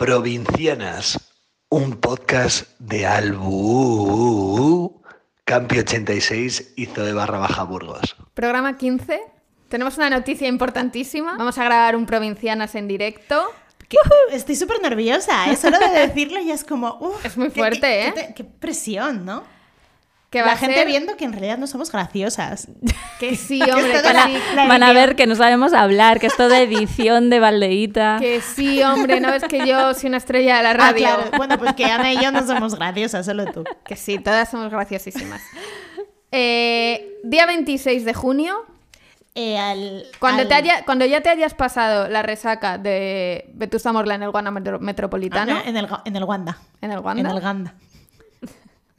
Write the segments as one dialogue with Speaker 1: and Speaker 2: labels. Speaker 1: Provincianas, un podcast de Albu. Campi 86 hizo de barra baja Burgos.
Speaker 2: Programa 15. Tenemos una noticia importantísima. Vamos a grabar un Provincianas en directo.
Speaker 3: Que- Estoy súper nerviosa, ¿eh? solo de decirlo ya es como... uf,
Speaker 2: Es muy
Speaker 3: qué-
Speaker 2: fuerte,
Speaker 3: qué-
Speaker 2: ¿eh?
Speaker 3: Qué, te- qué presión, ¿no?
Speaker 2: Que va
Speaker 3: La
Speaker 2: a
Speaker 3: gente
Speaker 2: ser-
Speaker 3: viendo que en realidad no somos graciosas.
Speaker 2: Que sí, hombre,
Speaker 3: esto
Speaker 2: que
Speaker 3: de la-
Speaker 2: sí.
Speaker 4: Van a
Speaker 3: edición.
Speaker 4: ver que no sabemos hablar, que esto de edición de Valdeíta.
Speaker 2: Que sí, hombre, no ves que yo soy una estrella de la
Speaker 3: Ah,
Speaker 2: radio.
Speaker 3: claro. Bueno, pues que Ana y yo no somos graciosas, solo tú.
Speaker 2: Que sí, todas somos graciosísimas. Eh, día 26 de junio,
Speaker 3: Eh, al-
Speaker 2: cuando,
Speaker 3: al-
Speaker 2: te haya- cuando ya te hayas pasado la resaca de Vetusta Morla en el Guana Metro- Metropolitano,
Speaker 3: Ana, en, el, Ga- en el Wanda.
Speaker 2: en el Wanda,
Speaker 3: En el Ganda.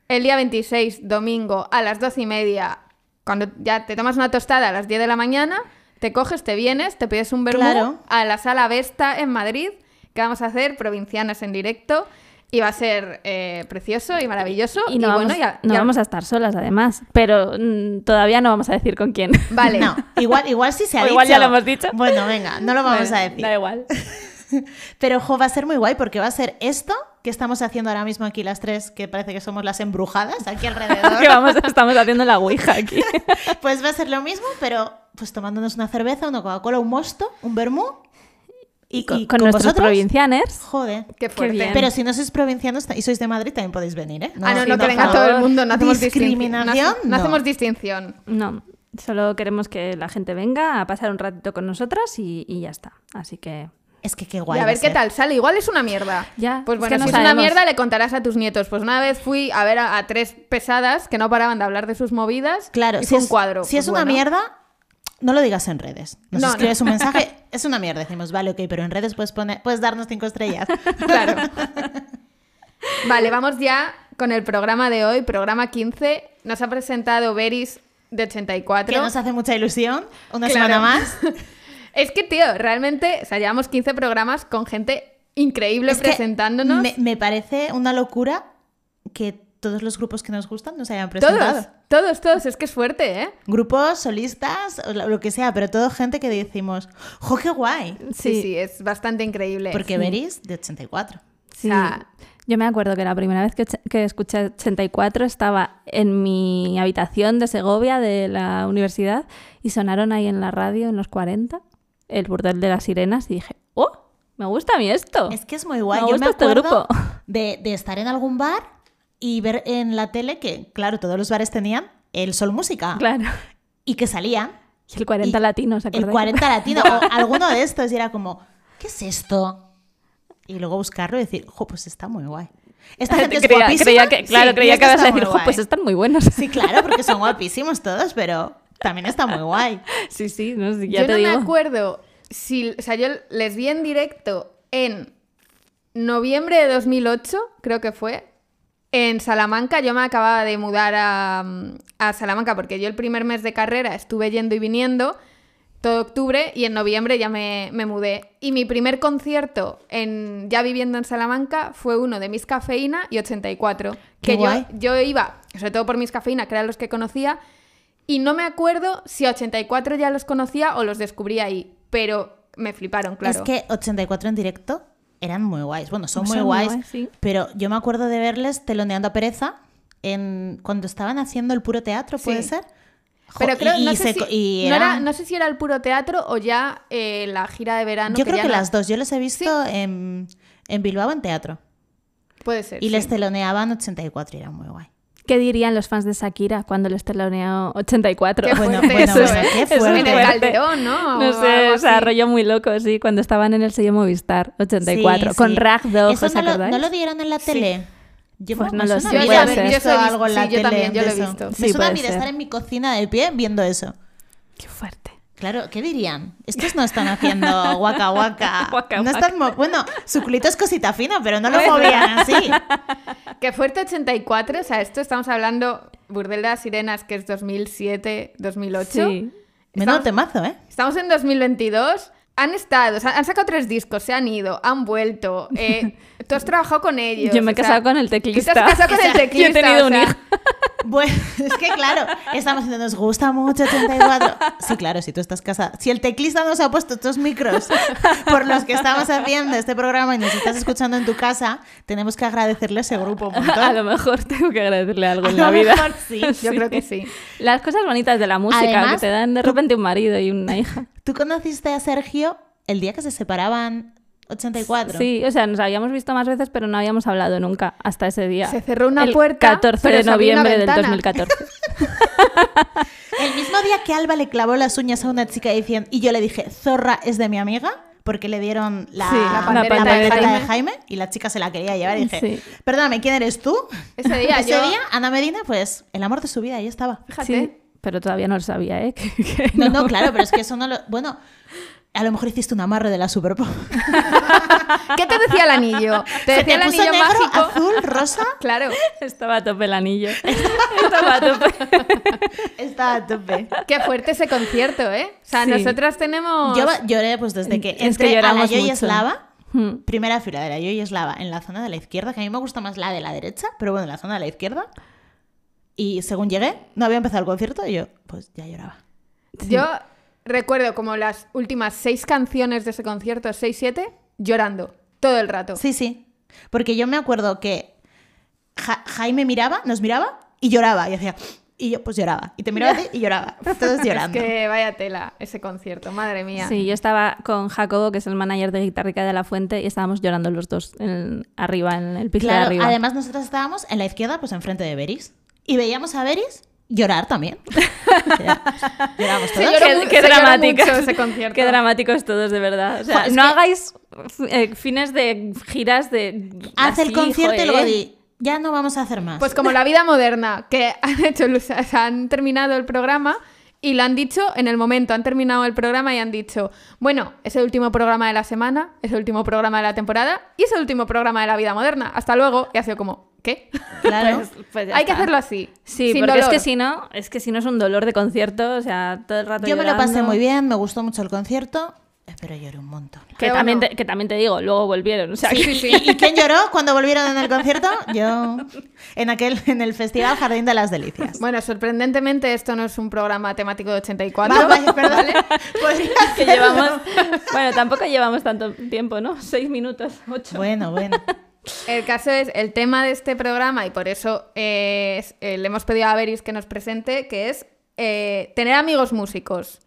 Speaker 2: El día 26, domingo, a las 12 y media, cuando ya te tomas una tostada a las 10 de la mañana, te coges, te vienes, te pides un vermú
Speaker 3: Claro.
Speaker 2: a la Sala Vesta en Madrid, que vamos a hacer provincianas en directo. Y va a ser eh, precioso y maravilloso.
Speaker 4: Y no, vamos,
Speaker 2: bueno, ya-
Speaker 4: no
Speaker 2: ya-
Speaker 4: vamos a estar solas, además. Pero mm, todavía no vamos a decir con quién.
Speaker 2: Vale.
Speaker 3: No, igual, igual sí se ha
Speaker 4: O igual
Speaker 3: dicho.
Speaker 4: ya lo hemos dicho.
Speaker 3: Bueno, venga, no lo vamos a
Speaker 4: Vale,
Speaker 3: decir.
Speaker 4: Da igual.
Speaker 3: Pero, jo, va a ser muy guay porque va a ser esto que estamos haciendo ahora mismo aquí las tres, que parece que somos las embrujadas aquí alrededor.
Speaker 4: Que vamos, estamos haciendo la ouija aquí.
Speaker 3: Pues va a ser lo mismo, pero pues tomándonos una cerveza, una Coca-Cola, un mosto, un vermú y,
Speaker 4: con,
Speaker 3: y
Speaker 4: con nuestros
Speaker 3: vosotros.
Speaker 4: provincianers.
Speaker 3: Joder.
Speaker 2: Qué fuerte.
Speaker 4: bien.
Speaker 3: Pero si no sois provincianos y sois de Madrid, también podéis venir, ¿eh?
Speaker 2: ah, no,
Speaker 3: sí,
Speaker 2: no,
Speaker 3: por
Speaker 2: que venga
Speaker 3: favor.
Speaker 2: todo el mundo. No hacemos distinción. No,
Speaker 3: Discriminación,
Speaker 2: no
Speaker 3: no.
Speaker 2: hacemos distinción.
Speaker 4: No, solo queremos que la gente venga a pasar un ratito con nosotras y, y ya está. Así que
Speaker 3: Es que qué guay.
Speaker 2: y a
Speaker 3: va
Speaker 2: ver qué
Speaker 3: ser.
Speaker 2: tal sale. Igual es una mierda.
Speaker 4: Ya,
Speaker 2: Pues
Speaker 4: es
Speaker 2: bueno,
Speaker 4: que no
Speaker 2: si es una
Speaker 4: sabemos.
Speaker 2: mierda le contarás a tus nietos. Pues una vez fui a ver a, a tres pesadas que no paraban de hablar de sus movidas.
Speaker 3: Claro,
Speaker 2: y
Speaker 3: si
Speaker 2: fue un
Speaker 3: es-
Speaker 2: cuadro.
Speaker 3: Si es
Speaker 2: Pues
Speaker 3: una
Speaker 2: bueno.
Speaker 3: mierda, no lo digas en redes. Nos
Speaker 2: No, no.
Speaker 3: escribes un mensaje, es una mierda. Decimos, vale, ok, pero en redes puedes, poner, puedes darnos cinco estrellas.
Speaker 2: Claro. vale, vamos ya con el programa de hoy, programa 15. Nos ha presentado Beris de 84.
Speaker 3: que nos hace mucha ilusión. Una
Speaker 2: Claro.
Speaker 3: semana más.
Speaker 2: Es que, tío, realmente, o sea, llevamos 15 programas con gente increíble
Speaker 3: Es que
Speaker 2: presentándonos.
Speaker 3: Me, me parece una locura que todos los grupos que nos gustan nos hayan presentado.
Speaker 2: Todos, todos, todos. Es que es fuerte, ¿eh?
Speaker 3: Grupos, solistas, o lo lo que sea, pero todo gente que decimos, ¡jo, qué guay!
Speaker 2: Sí, sí,
Speaker 4: Sí.
Speaker 2: es bastante increíble.
Speaker 3: Porque Beris, de 84.
Speaker 4: sí.
Speaker 2: sea-
Speaker 4: Yo me acuerdo que la primera vez que, ch- que escuché 84 estaba en mi habitación de Segovia de la universidad y sonaron ahí en la radio en los 40 el burdel de las sirenas y dije, ¡oh! Me gusta a mí esto.
Speaker 3: Es que es muy guay.
Speaker 4: Oh. Me
Speaker 3: Yo me
Speaker 4: gusta este
Speaker 3: acuerdo
Speaker 4: grupo.
Speaker 3: De, de estar en algún bar y ver en la tele que, claro, todos los bares tenían el Sol Música.
Speaker 4: Claro.
Speaker 3: Y que salían
Speaker 4: Y el 40
Speaker 3: Y-
Speaker 4: latino, ¿os
Speaker 3: el
Speaker 4: acordáis?
Speaker 3: 40 latino o alguno de estos y era como, ¿qué es esto? Y luego buscarlo y decir, jo, pues está muy guay. Esta gente es
Speaker 4: Creía-
Speaker 3: guapísima.
Speaker 4: creía que, claro,
Speaker 3: Sí, y
Speaker 4: creía
Speaker 3: esto
Speaker 4: que ibas a
Speaker 3: está muy
Speaker 4: decir, "Jo,
Speaker 3: guay".
Speaker 4: pues están muy buenos.
Speaker 3: Sí, claro, porque son guapísimos todos, pero también está muy guay.
Speaker 4: Sí, sí, no, sí, ya
Speaker 2: yo
Speaker 4: te
Speaker 2: no
Speaker 4: digo.
Speaker 2: me acuerdo si, o sea, yo les vi en directo en noviembre de 2008, creo que fue, en Salamanca. Yo me acababa de mudar a, mm, a Salamanca porque yo el primer mes de carrera estuve yendo y viniendo todo octubre y en noviembre ya me, me mudé. Y mi primer concierto en, ya viviendo en Salamanca fue uno de Miss Cafeína y 84.
Speaker 3: Qué
Speaker 2: que yo,
Speaker 3: guay.
Speaker 2: yo iba, sobre todo por Miss Cafeína, que eran los que conocía, y no me acuerdo si a 84 ya los conocía o los descubrí ahí, pero me fliparon, claro.
Speaker 3: Es que 84 en directo eran muy guays. Bueno, son
Speaker 4: Son
Speaker 3: muy
Speaker 4: Pues muy
Speaker 3: guays.
Speaker 4: guays, sí.
Speaker 3: Pero yo me acuerdo de verles teloneando a Pereza en, cuando estaban haciendo el puro teatro, ¿puede
Speaker 2: Sí.
Speaker 3: ser? Jo,
Speaker 2: pero creo,
Speaker 3: y
Speaker 2: no, sé
Speaker 3: se
Speaker 2: si,
Speaker 3: co- y
Speaker 2: no, era-
Speaker 3: eran-
Speaker 2: no sé si era el puro teatro o ya eh, la gira de verano.
Speaker 3: yo creo
Speaker 2: ya
Speaker 3: que
Speaker 2: no-
Speaker 3: las dos. Yo les he visto en, en Bilbao en teatro.
Speaker 2: Puede ser.
Speaker 3: Y
Speaker 2: sí.
Speaker 3: les teloneaban 84 y era muy guay.
Speaker 4: ¿Qué dirían los fans de Shakira cuando les teloneo 84?
Speaker 2: Qué
Speaker 3: Bueno,
Speaker 2: fuerte
Speaker 3: bueno,
Speaker 2: eso,
Speaker 3: bueno,
Speaker 2: ¿eh?
Speaker 3: qué
Speaker 2: Eso En
Speaker 3: fuerte.
Speaker 2: el Calderón, ¿no?
Speaker 4: No
Speaker 2: O
Speaker 4: sé,
Speaker 2: algo
Speaker 4: o sea,
Speaker 2: así.
Speaker 4: rollo muy loco, sí, cuando estaban en el sello Movistar, 84,
Speaker 3: Sí,
Speaker 4: con
Speaker 3: sí.
Speaker 4: Ragdoll,
Speaker 3: Eso
Speaker 4: ¿os
Speaker 3: no lo,
Speaker 4: acordáis?
Speaker 3: no lo dieron en la tele. Yo
Speaker 4: Pues
Speaker 3: me-
Speaker 4: no
Speaker 3: me
Speaker 4: lo
Speaker 3: suena a
Speaker 4: sé.
Speaker 3: mí
Speaker 4: Yo
Speaker 3: de
Speaker 4: ya
Speaker 3: haber
Speaker 4: sé.
Speaker 3: visto
Speaker 2: Yo eso he
Speaker 3: algo en la
Speaker 2: visto, sí, yo
Speaker 3: tele
Speaker 2: también, yo
Speaker 3: de
Speaker 2: lo he
Speaker 3: eso.
Speaker 2: visto.
Speaker 4: Sí,
Speaker 3: Me suena a
Speaker 4: puede
Speaker 3: mí de
Speaker 4: ser.
Speaker 3: estar en mi cocina de pie viendo eso.
Speaker 4: Qué fuerte.
Speaker 3: Claro, ¿qué dirían? Estos no están haciendo guaca guaca.
Speaker 4: Guaca,
Speaker 3: no
Speaker 4: guaca.
Speaker 3: están mo- bueno, su culito es cosita fina, pero no lo movían así.
Speaker 2: Que fuerte 84, o sea, esto estamos hablando Burdel de las Sirenas, que es 2007, 2008.
Speaker 4: Sí.
Speaker 3: Menudo
Speaker 2: Estamos-
Speaker 3: temazo, ¿eh?
Speaker 2: Estamos en 2022. Han estado, o sea, han sacado tres discos, se han ido, han vuelto. eh, tú has trabajado con ellos.
Speaker 4: Yo me he
Speaker 2: o sea,
Speaker 4: casado con el
Speaker 2: tú te
Speaker 4: teclista.
Speaker 2: has casado con el
Speaker 4: Yo he
Speaker 2: teclista.
Speaker 4: tenido
Speaker 2: o
Speaker 4: un
Speaker 2: sea,
Speaker 4: hijo.
Speaker 3: Bueno, es que claro, estamos diciendo, nos gusta mucho 84. Sí, claro, si tú estás casada. Si el teclista nos ha puesto estos micros por los que estamos haciendo este programa y nos estás escuchando en tu casa, tenemos que agradecerle a ese grupo un montón.
Speaker 4: A lo mejor tengo que agradecerle algo en
Speaker 3: A
Speaker 4: la
Speaker 3: lo
Speaker 4: vida.
Speaker 3: mejor sí.
Speaker 2: Yo creo que sí.
Speaker 4: Las cosas bonitas de la música que
Speaker 3: Además,
Speaker 4: te dan de repente un marido y una hija.
Speaker 3: Tú conociste a Sergio el día que se separaban 84.
Speaker 4: Sí, o sea, nos habíamos visto más veces, pero no habíamos hablado nunca hasta ese día.
Speaker 2: Se cerró una
Speaker 4: El
Speaker 2: puerta,
Speaker 4: 14
Speaker 2: pero
Speaker 4: de
Speaker 2: se abrió una
Speaker 4: noviembre del
Speaker 2: ventana.
Speaker 4: 2014.
Speaker 3: El mismo día que Alba le clavó las uñas a una chica diciendo, y yo le dije, Zorra es de mi amiga, porque le dieron la,
Speaker 2: Sí, la
Speaker 4: pandereta
Speaker 3: la
Speaker 4: de
Speaker 3: pandereta de,
Speaker 4: Jaime.
Speaker 3: Jaime y la chica se la quería llevar y dije,
Speaker 4: Sí.
Speaker 3: perdóname, ¿quién eres tú?
Speaker 2: Ese día
Speaker 3: Ese
Speaker 2: yo-
Speaker 3: día, Ana Medina, pues el amor de su vida, ahí estaba.
Speaker 2: Fíjate.
Speaker 4: Sí, pero todavía no lo sabía, ¿eh? Que- que
Speaker 3: No, no, claro, pero es que eso no lo... Bueno, a lo mejor hiciste un amarre de la Superpop.
Speaker 2: ¿Qué te decía el anillo? Te
Speaker 3: Se
Speaker 2: decía
Speaker 3: te
Speaker 2: el
Speaker 3: puso
Speaker 2: anillo
Speaker 3: negro,
Speaker 2: mágico.
Speaker 3: azul, rosa.
Speaker 2: Claro.
Speaker 4: Estaba a tope el anillo. Estaba a tope.
Speaker 3: Está a tope.
Speaker 2: Qué fuerte ese concierto, ¿eh? O sea,
Speaker 4: Sí.
Speaker 2: nosotras tenemos.
Speaker 3: Yo va- lloré pues desde que
Speaker 4: Es que
Speaker 3: entré a la
Speaker 4: lloramos
Speaker 3: Joy
Speaker 4: mucho.
Speaker 3: Eslava,
Speaker 4: Hmm.
Speaker 3: primera fila de la Joy Eslava, en la zona de la izquierda, que a mí me gusta más la de la derecha, pero bueno, en la zona de la izquierda. Y según llegué, no había empezado el concierto y yo, pues ya lloraba.
Speaker 2: Yo recuerdo como las últimas seis canciones de ese concierto, seis, siete, llorando todo el rato.
Speaker 3: Sí, sí. Porque yo me acuerdo que Ja- Jaime miraba, nos miraba y lloraba. Y hacía, y yo pues lloraba. Y te miraba a ti y lloraba. Todos llorando.
Speaker 2: Es que vaya tela ese concierto, madre mía.
Speaker 4: Sí, yo estaba con Jacobo, que es el manager de Guitarrica de la Fuente, y estábamos llorando los dos en- arriba, en el piso de
Speaker 3: Claro,
Speaker 4: arriba.
Speaker 3: además nosotros estábamos en la izquierda, pues enfrente de Beris. Y veíamos a Beris llorar también. Llorábamos
Speaker 2: Se
Speaker 3: todos.
Speaker 2: lloró
Speaker 4: qué,
Speaker 2: mu-
Speaker 4: qué
Speaker 2: se lloró
Speaker 4: dramáticos.
Speaker 2: mucho ese concierto.
Speaker 4: Qué dramáticos todos, de verdad. O sea,
Speaker 3: Jo, es
Speaker 4: no
Speaker 3: que-
Speaker 4: hagáis eh, fines de giras de.
Speaker 3: Haz
Speaker 4: así,
Speaker 3: el concierto y
Speaker 4: joder.
Speaker 3: luego di, ya no vamos a hacer más.
Speaker 2: Pues como la vida moderna, que han hecho, o sea, han terminado el programa y lo han dicho en el momento, han terminado el programa y han dicho, bueno, es el último programa de la semana, es el último programa de la temporada y es el último programa de la vida moderna. Hasta luego. Y ha sido como, ¿qué?
Speaker 3: claro.
Speaker 4: Pues- pues ya
Speaker 2: Hay que
Speaker 4: está.
Speaker 2: hacerlo así.
Speaker 4: Sí,
Speaker 2: sin
Speaker 4: porque es
Speaker 2: dolor.
Speaker 4: que si no, es que si no es un dolor de concierto, o sea, todo el rato.
Speaker 3: yo me lo pasé
Speaker 4: llorando.
Speaker 3: muy bien, me gustó mucho el concierto, eh, pero lloré un montón.
Speaker 4: Que
Speaker 2: Pero
Speaker 4: también,
Speaker 2: bueno.
Speaker 4: te, que también te digo, luego volvieron. O sea, que-
Speaker 3: ¿Y quién lloró cuando volvieron en el concierto? Yo. En aquel, en el festival Jardín de las Delicias.
Speaker 2: Bueno, sorprendentemente esto no es un programa temático de 84.
Speaker 3: Va, vaya, perdón. Pues, Podría
Speaker 4: que
Speaker 3: hacerlo.
Speaker 4: llevamos. Bueno, tampoco llevamos tanto tiempo, ¿no? Seis minutos, ocho.
Speaker 3: Bueno, bueno.
Speaker 2: El caso es, el tema de este programa, y por eso eh, es- eh, le hemos pedido a Beris que nos presente, que es eh, tener amigos músicos.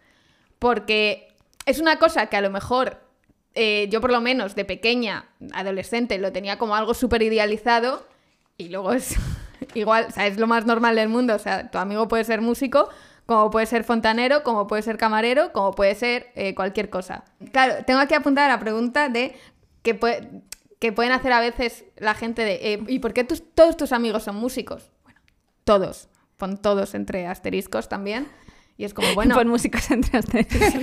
Speaker 2: Porque es una cosa que a lo mejor eh, yo por lo menos de pequeña, adolescente, lo tenía como algo súper idealizado y luego es igual, o sea, es lo más normal del mundo. O sea, tu amigo puede ser músico, como puede ser fontanero, como puede ser camarero, como puede ser eh, cualquier cosa. Claro, tengo aquí apuntada la pregunta de que, pue- que pueden hacer a veces la gente de eh, ¿y por qué tus- todos tus amigos son músicos? Bueno, todos. Pon todos entre asteriscos también. Y es como, bueno,
Speaker 4: Pon músicos entre ustedes.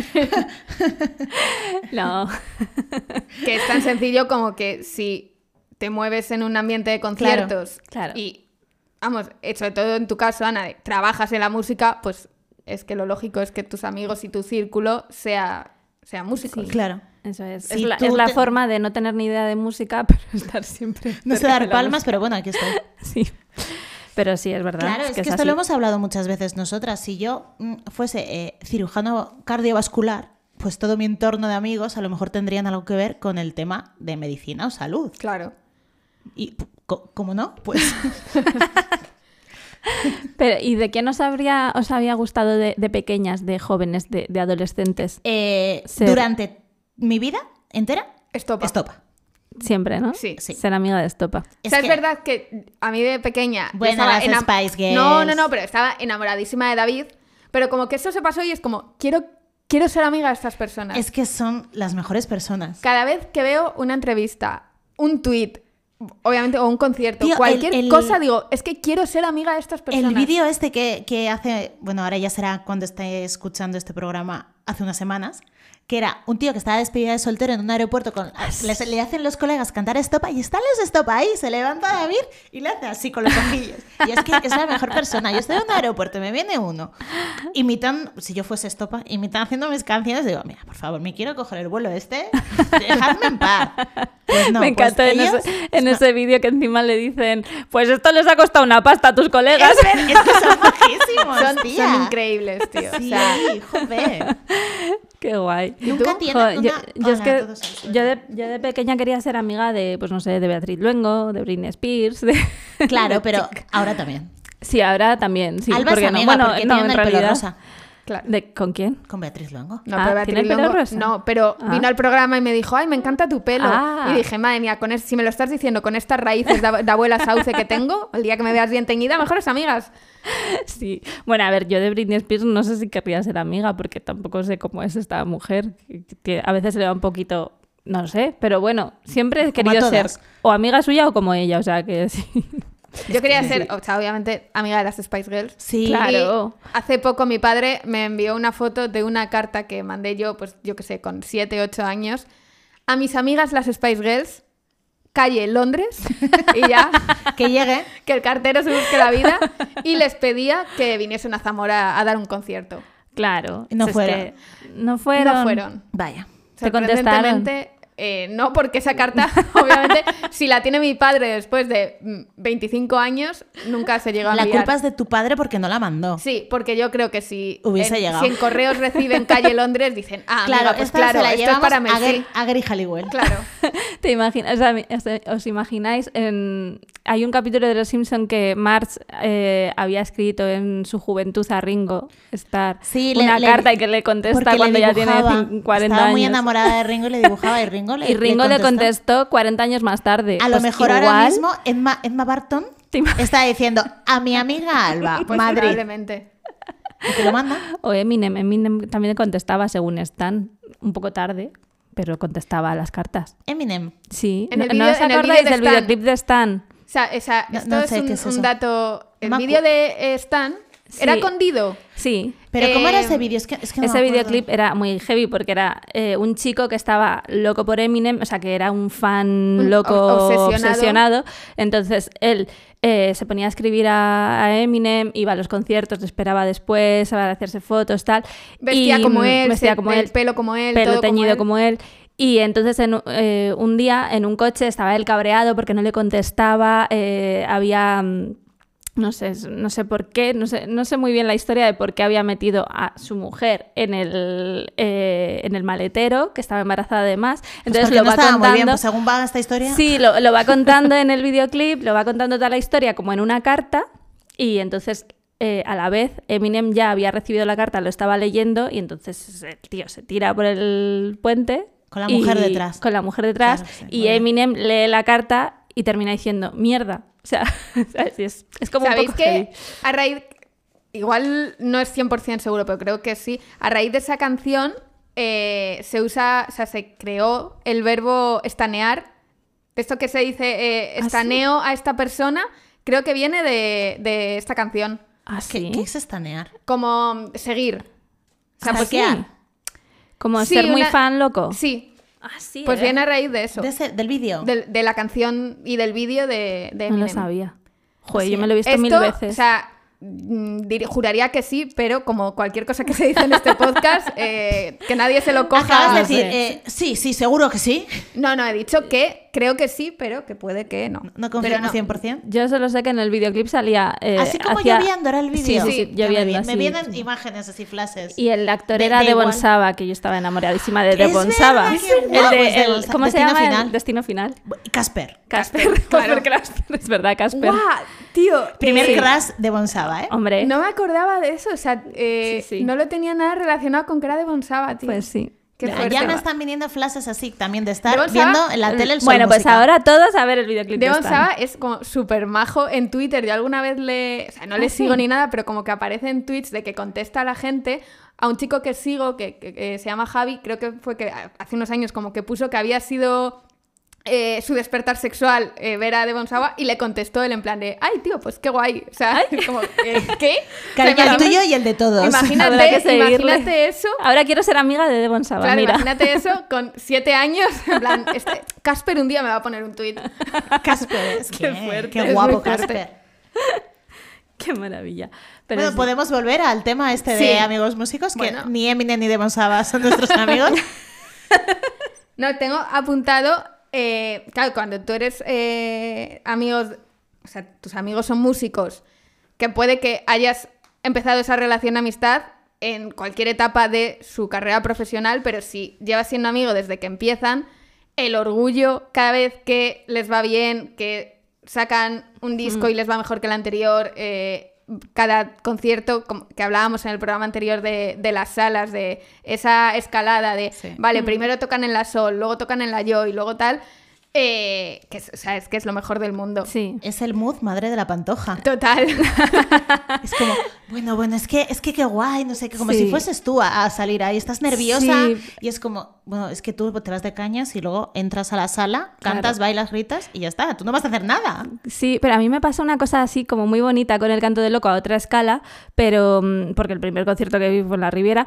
Speaker 4: no.
Speaker 2: Que es tan sencillo como que si te mueves en un ambiente de conciertos
Speaker 4: claro.
Speaker 2: y, vamos, eh, sobre todo en tu caso, Ana, de- trabajas en la música, pues es que lo lógico es que tus amigos y tu círculo sea, sea músicos.
Speaker 3: Claro.
Speaker 4: Eso es.
Speaker 3: Si
Speaker 4: es la,
Speaker 3: tú
Speaker 4: es la
Speaker 3: te-
Speaker 4: forma de no tener ni idea de música, pero estar siempre.
Speaker 3: No sé
Speaker 4: cerca de
Speaker 3: dar
Speaker 4: la
Speaker 3: palmas, pero bueno, aquí estoy.
Speaker 4: música. Sí. Pero sí, es verdad.
Speaker 3: Claro, es, que, esto
Speaker 4: así.
Speaker 3: lo hemos hablado muchas veces nosotras. Si yo mm, fuese eh, cirujano cardiovascular, pues todo mi entorno de amigos a lo mejor tendrían algo que ver con el tema de medicina o salud.
Speaker 2: Claro.
Speaker 3: Y p- co- como no, pues
Speaker 4: Pero, ¿Y de quién os, habría, os había gustado de, de pequeñas, de jóvenes, de, de adolescentes?
Speaker 3: eh,
Speaker 4: Ser-
Speaker 3: durante mi vida entera,
Speaker 2: Estopa.
Speaker 3: estopa.
Speaker 4: Siempre, ¿no?
Speaker 2: Sí.
Speaker 3: Sí.
Speaker 4: Ser amiga de Estopa.
Speaker 2: O
Speaker 3: Es
Speaker 2: sea, es,
Speaker 3: que-
Speaker 2: verdad que a mí de pequeña. yo
Speaker 3: Bueno,
Speaker 2: estaba
Speaker 3: las Spice Girls.
Speaker 2: No, no, no, pero estaba enamoradísima de David. Pero como que eso se pasó y es como, quiero, quiero ser amiga de estas personas.
Speaker 3: Es que son las mejores personas.
Speaker 2: Cada vez que veo una entrevista, un tuit, obviamente, o un concierto,
Speaker 3: Tío,
Speaker 2: cualquier
Speaker 3: el- el-
Speaker 2: cosa, digo, es que quiero ser amiga de estas personas.
Speaker 3: El vídeo este que, que hace, bueno, ahora ya será cuando esté escuchando este programa hace unas semanas, que era un tío que estaba despedido de soltero en un aeropuerto con
Speaker 4: Ah,
Speaker 3: les- le hacen los colegas cantar estopa y están los estopa ahí, se levanta David y le hace así con los ojillos. Y es que es la mejor persona. Yo estoy en un aeropuerto y me viene uno imitan, si yo fuese estopa, imitan haciendo mis canciones, digo, mira, por favor, me quiero coger el vuelo este, dejadme en paz. Pues no,
Speaker 4: Me
Speaker 3: pues
Speaker 4: encanta en
Speaker 3: ellos-
Speaker 4: ese, en ese vídeo que encima le dicen, pues esto les ha costado una pasta a tus colegas.
Speaker 3: Es, ver- es que son majísimos,
Speaker 2: Son,
Speaker 3: tía.
Speaker 2: son increíbles, tío. O
Speaker 3: Sí,
Speaker 2: sea,
Speaker 3: joder.
Speaker 4: Qué guay.
Speaker 3: Nunca
Speaker 2: tú?
Speaker 3: tienen
Speaker 4: Jo, yo,
Speaker 3: una-
Speaker 4: yo es
Speaker 3: Hola,
Speaker 4: que
Speaker 3: todos ¿eh? al suelo.
Speaker 4: yo de, yo de pequeña quería ser amiga de, pues no sé, de Beatriz Luengo, de Britney Spears. de-
Speaker 3: Claro, pero ahora también.
Speaker 4: Sí, ahora también. Sí,
Speaker 3: Alba
Speaker 4: porque
Speaker 3: es
Speaker 4: no,
Speaker 3: amiga
Speaker 4: bueno,
Speaker 3: porque
Speaker 4: no,
Speaker 3: tienen
Speaker 4: en
Speaker 3: el pelo
Speaker 4: realidad.
Speaker 3: rosa
Speaker 2: claro.
Speaker 4: ¿De- ¿Con quién?
Speaker 3: con Beatriz Luengo.
Speaker 2: No, pero
Speaker 4: Ah, ¿tiene
Speaker 2: Beatriz
Speaker 4: el pelo
Speaker 2: Longo-
Speaker 4: rosa?
Speaker 2: No, pero
Speaker 4: Ah.
Speaker 2: vino al programa y me dijo, ay, me encanta tu pelo.
Speaker 4: Ah.
Speaker 2: Y dije, madre mía, con es- si me lo estás diciendo con estas raíces de, ab- de abuela sauce que tengo, el día que me veas bien teñida, mejores amigas.
Speaker 4: Sí. Bueno, a ver, yo de Britney Spears no sé si querría ser amiga, porque tampoco sé cómo es esta mujer. que- que a veces se le da un poquito. No sé, pero bueno, siempre he
Speaker 3: Como a
Speaker 4: querido ser
Speaker 3: todas.
Speaker 4: o amiga suya o como ella, o sea que sí.
Speaker 2: Yo quería ser, o sea, obviamente, amiga de las Spice Girls.
Speaker 3: Sí.
Speaker 4: Claro.
Speaker 2: Y hace poco mi padre me envió una foto de una carta que mandé yo, pues yo qué sé, con 7, 8 años, a mis amigas las Spice Girls, calle Londres, y ya,
Speaker 3: Que llegue.
Speaker 2: que el cartero se busque la vida, y les pedía que viniesen a Zamora a dar un concierto.
Speaker 4: Claro.
Speaker 3: No
Speaker 4: es
Speaker 3: fueron.
Speaker 4: que No fueron.
Speaker 2: No fueron.
Speaker 3: Vaya.
Speaker 4: Te contestaron.
Speaker 2: Sorprendentemente, eh, no, porque esa carta, obviamente, si la tiene mi padre después de mm, 25 años, nunca se llegó a
Speaker 3: La
Speaker 2: enviar.
Speaker 3: culpa es de tu padre porque no la mandó.
Speaker 2: Sí, porque yo creo que si,
Speaker 3: Hubiese
Speaker 2: en,
Speaker 3: llegado.
Speaker 2: si en correos reciben calle Londres, dicen, ah,
Speaker 3: claro,
Speaker 2: amiga, pues
Speaker 3: esta
Speaker 2: claro,
Speaker 3: se la
Speaker 2: esto es
Speaker 3: llevamos
Speaker 2: para
Speaker 3: a
Speaker 2: Messi.
Speaker 3: Gary- a Gary Halliwell.
Speaker 2: Claro.
Speaker 4: Te imaginas, o sea, mi- os, os imagináis, en- hay un capítulo de Los Simpson que Marge eh, había escrito en su juventud a Ringo Starr
Speaker 3: Sí, le-
Speaker 4: una
Speaker 3: le-
Speaker 4: carta y que le contesta
Speaker 3: porque
Speaker 4: cuando
Speaker 3: le
Speaker 4: ya tiene
Speaker 3: dibujaba.
Speaker 4: cin- 40
Speaker 3: Estaba
Speaker 4: años.
Speaker 3: muy enamorada de Ringo y le dibujaba y Ringo le
Speaker 4: y Ringo le contestó 40 años más tarde.
Speaker 3: A lo
Speaker 4: Pues
Speaker 3: mejor ahora
Speaker 4: igual,
Speaker 3: mismo Emma, Emma Barton
Speaker 4: Te ima-
Speaker 3: está diciendo a mi amiga Alba,
Speaker 2: Pues
Speaker 3: Madrid.
Speaker 2: probablemente.
Speaker 3: Y te lo manda.
Speaker 4: O Eminem, Eminem también contestaba según Stan, un poco tarde, pero contestaba a las cartas.
Speaker 3: Eminem.
Speaker 4: Sí,
Speaker 2: En
Speaker 4: ¿no,
Speaker 2: el
Speaker 4: no
Speaker 2: vídeo-
Speaker 4: os
Speaker 2: en el vídeo
Speaker 4: acordáis
Speaker 2: de
Speaker 4: del
Speaker 2: Stan?
Speaker 4: videoclip de Stan?
Speaker 2: O sea, esa-
Speaker 3: No-
Speaker 2: esto
Speaker 3: no
Speaker 2: es
Speaker 3: sé
Speaker 2: un,
Speaker 3: qué es
Speaker 2: un
Speaker 3: eso.
Speaker 2: dato... El
Speaker 3: Me acu-
Speaker 2: vídeo de eh, Stan era
Speaker 4: Sí.
Speaker 2: escondido.
Speaker 4: Sí.
Speaker 3: Pero ¿cómo era
Speaker 2: Eh,
Speaker 3: ese vídeo? Es que, es que no
Speaker 4: Em, Ese
Speaker 3: me acuerdo. Pues
Speaker 4: videoclip era muy heavy porque era eh, un chico que estaba loco por Eminem, o sea, que era un
Speaker 2: Un
Speaker 4: fan loco
Speaker 2: ob- obsesionado.
Speaker 4: obsesionado. Entonces él eh, se ponía a escribir a, a Eminem, iba a los conciertos, le esperaba después para hacerse fotos, tal.
Speaker 2: Vestía
Speaker 4: y,
Speaker 2: como él,
Speaker 4: vestía
Speaker 2: se-
Speaker 4: como
Speaker 2: el
Speaker 4: él,
Speaker 2: pelo como él,
Speaker 4: pelo
Speaker 2: todo como
Speaker 4: teñido
Speaker 2: él.
Speaker 4: como él. Y entonces en, un- eh, un día en un coche estaba él cabreado porque no le contestaba, eh, había... mm, No sé, no sé por qué, no sé, no sé muy bien la historia de por qué había metido a su mujer en el, eh, en el maletero, que estaba embarazada además.
Speaker 3: Pues
Speaker 4: Entonces
Speaker 3: porque
Speaker 4: lo
Speaker 3: no
Speaker 4: va
Speaker 3: estaba
Speaker 4: contando.
Speaker 3: muy bien, pues según va esta historia.
Speaker 4: Sí, lo, lo va contando en el videoclip, lo va contando toda la historia como en una carta y entonces eh, a la vez Eminem ya había recibido la carta, lo estaba leyendo y entonces el tío se tira por el puente.
Speaker 3: Con la
Speaker 4: y-
Speaker 3: mujer detrás.
Speaker 4: Con la mujer detrás
Speaker 3: Claro, sí, muy
Speaker 4: y
Speaker 3: bien.
Speaker 4: Eminem lee la carta y termina diciendo, mierda. O sea, ¿sabes? es, es como un
Speaker 2: ¿Sabéis
Speaker 4: poco heavy.
Speaker 2: que a raíz, igual no es 100% seguro, pero creo que sí, a raíz de esa canción eh, se usa, o sea, se creó el verbo estanear. Esto que se dice, eh,
Speaker 4: ¿Ah, sí?
Speaker 2: estaneo a esta persona, creo que viene de, de esta canción,
Speaker 4: ¿Ah,
Speaker 3: ¿Qué,
Speaker 4: sí?
Speaker 3: qué es estanear?
Speaker 2: como seguir. O sea, pues sí.
Speaker 3: Stalkear.
Speaker 4: Como
Speaker 2: Sí,
Speaker 4: ser muy
Speaker 2: una-
Speaker 4: fan loco.
Speaker 2: Sí,
Speaker 4: Ah, sí,
Speaker 2: pues
Speaker 4: ¿eh?
Speaker 2: viene a raíz de eso,
Speaker 3: De ese- del vídeo.
Speaker 2: de, de la canción y del vídeo de, de
Speaker 4: No lo
Speaker 2: Eminem. Pues
Speaker 4: sabía. Joder,
Speaker 3: Sí.
Speaker 4: yo me lo he visto
Speaker 2: Esto,
Speaker 4: mil veces.
Speaker 2: O sea, mm, dir- juraría que sí, pero como cualquier cosa que se dice en este podcast, eh, que nadie se lo coja.
Speaker 3: Acabas de
Speaker 2: no sé.
Speaker 3: decir, eh, sí, sí, seguro que sí.
Speaker 2: No, no, he dicho que creo que sí, pero que puede que no. Pero
Speaker 3: No confío
Speaker 2: no.
Speaker 3: 100%.
Speaker 4: Yo solo sé que en el videoclip salía. eh,
Speaker 3: Así como
Speaker 4: hacía-
Speaker 3: lloviendo era el
Speaker 4: Sí,
Speaker 3: vídeo.
Speaker 4: sí,
Speaker 2: Sí,
Speaker 4: sí,
Speaker 3: Ya me,
Speaker 4: lloviendo.
Speaker 3: vi- me
Speaker 4: sí.
Speaker 3: vienen imágenes así, flashes.
Speaker 4: Y el actor
Speaker 3: De-
Speaker 4: era
Speaker 3: de
Speaker 4: Devon
Speaker 3: igual.
Speaker 4: Saba, que yo estaba enamoradísima de
Speaker 3: Es
Speaker 4: Devon
Speaker 3: verdad,
Speaker 4: Saba.
Speaker 3: qué guapo
Speaker 4: El de-
Speaker 3: es Devon
Speaker 4: el-
Speaker 3: Saba.
Speaker 4: ¿Cómo se
Speaker 3: Destino
Speaker 4: llama? El
Speaker 3: Final.
Speaker 4: Destino final.
Speaker 3: Casper.
Speaker 4: Casper. Casper Clauster. Es verdad, Casper.
Speaker 2: ¡Guau! Tío,
Speaker 3: Primer
Speaker 2: eh,
Speaker 3: crash de Bonsaba, ¿eh?
Speaker 4: Hombre,
Speaker 2: No me acordaba de eso, o sea, eh,
Speaker 4: Sí, sí.
Speaker 2: no lo tenía nada relacionado con que era de Bonsaba, tío.
Speaker 4: pues sí.
Speaker 2: Qué
Speaker 4: Ya,
Speaker 2: fuerte.
Speaker 4: ya
Speaker 3: ya
Speaker 4: no
Speaker 3: me
Speaker 2: va.
Speaker 3: están viniendo flashes así también de estar
Speaker 2: ¿De Bonsaba?
Speaker 3: viendo en la tele el sol
Speaker 4: Bueno, pues
Speaker 3: música.
Speaker 4: ahora todos a ver el videoclip. de
Speaker 2: Devon
Speaker 4: Stan.
Speaker 2: Saba es como súper majo en Twitter. Yo alguna vez le. O sea, no le
Speaker 4: Ah,
Speaker 2: sigo
Speaker 4: sí.
Speaker 2: ni nada, pero como que aparece en tweets de que contesta a la gente. A un chico que sigo, que, que- que se llama Javi, creo que fue que hace unos años como que puso que había sido eh, su despertar sexual, eh, Vera de Bonsawa, y le contestó él en plan de, ay, tío, pues qué guay. O sea, como, eh, ¿qué? O sea,
Speaker 3: Cariño, el
Speaker 2: imagínate-
Speaker 3: tuyo y el de todos.
Speaker 2: Imagínate,
Speaker 4: Habrá que seguirle.
Speaker 2: imagínate eso.
Speaker 4: Ahora quiero ser amiga de Devon Saba,
Speaker 2: Claro,
Speaker 4: mira.
Speaker 2: imagínate eso con siete años. En plan, este, Casper un día me va a poner un tuit.
Speaker 3: Casper, es que-
Speaker 4: fuerte.
Speaker 3: qué
Speaker 2: Es muy
Speaker 3: guapo
Speaker 2: fuerte.
Speaker 3: Casper.
Speaker 4: Qué maravilla. Pero
Speaker 3: Bueno,
Speaker 4: sí.
Speaker 3: podemos volver al tema este
Speaker 2: Sí.
Speaker 3: de amigos músicos, que
Speaker 2: Bueno.
Speaker 3: ni Eminem ni Demon Saba son nuestros amigos.
Speaker 2: No, tengo apuntado, eh, claro, cuando tú eres eh, amigos, o sea, tus amigos son músicos, que puede que hayas empezado esa relación de amistad en cualquier etapa de su carrera profesional, pero si llevas siendo amigo desde que empiezan, el orgullo cada vez que les va bien, que sacan un disco y les va mejor que el anterior, eh, cada concierto, como que hablábamos en el programa anterior de, de las salas, de esa escalada de,
Speaker 3: Sí.
Speaker 2: vale, primero tocan en la Sol, luego tocan en la Yo y luego tal, eh, que es, o sea, es que es lo mejor del mundo.
Speaker 4: Sí.
Speaker 3: Es el mood madre de la pantoja.
Speaker 2: Total.
Speaker 3: Es como, bueno, bueno, es que, es que qué guay, no sé, que como
Speaker 4: Sí.
Speaker 3: si fueses tú a, a salir ahí, estás nerviosa
Speaker 4: Sí.
Speaker 3: y es como, bueno, es que tú te vas de cañas y luego entras a la sala, cantas,
Speaker 4: Claro.
Speaker 3: bailas, gritas y ya está, tú no vas a hacer nada.
Speaker 4: Sí, pero a mí me pasa una cosa así como muy bonita con el canto del loco a otra escala, pero mm, porque el primer concierto que vi fue en la Riviera,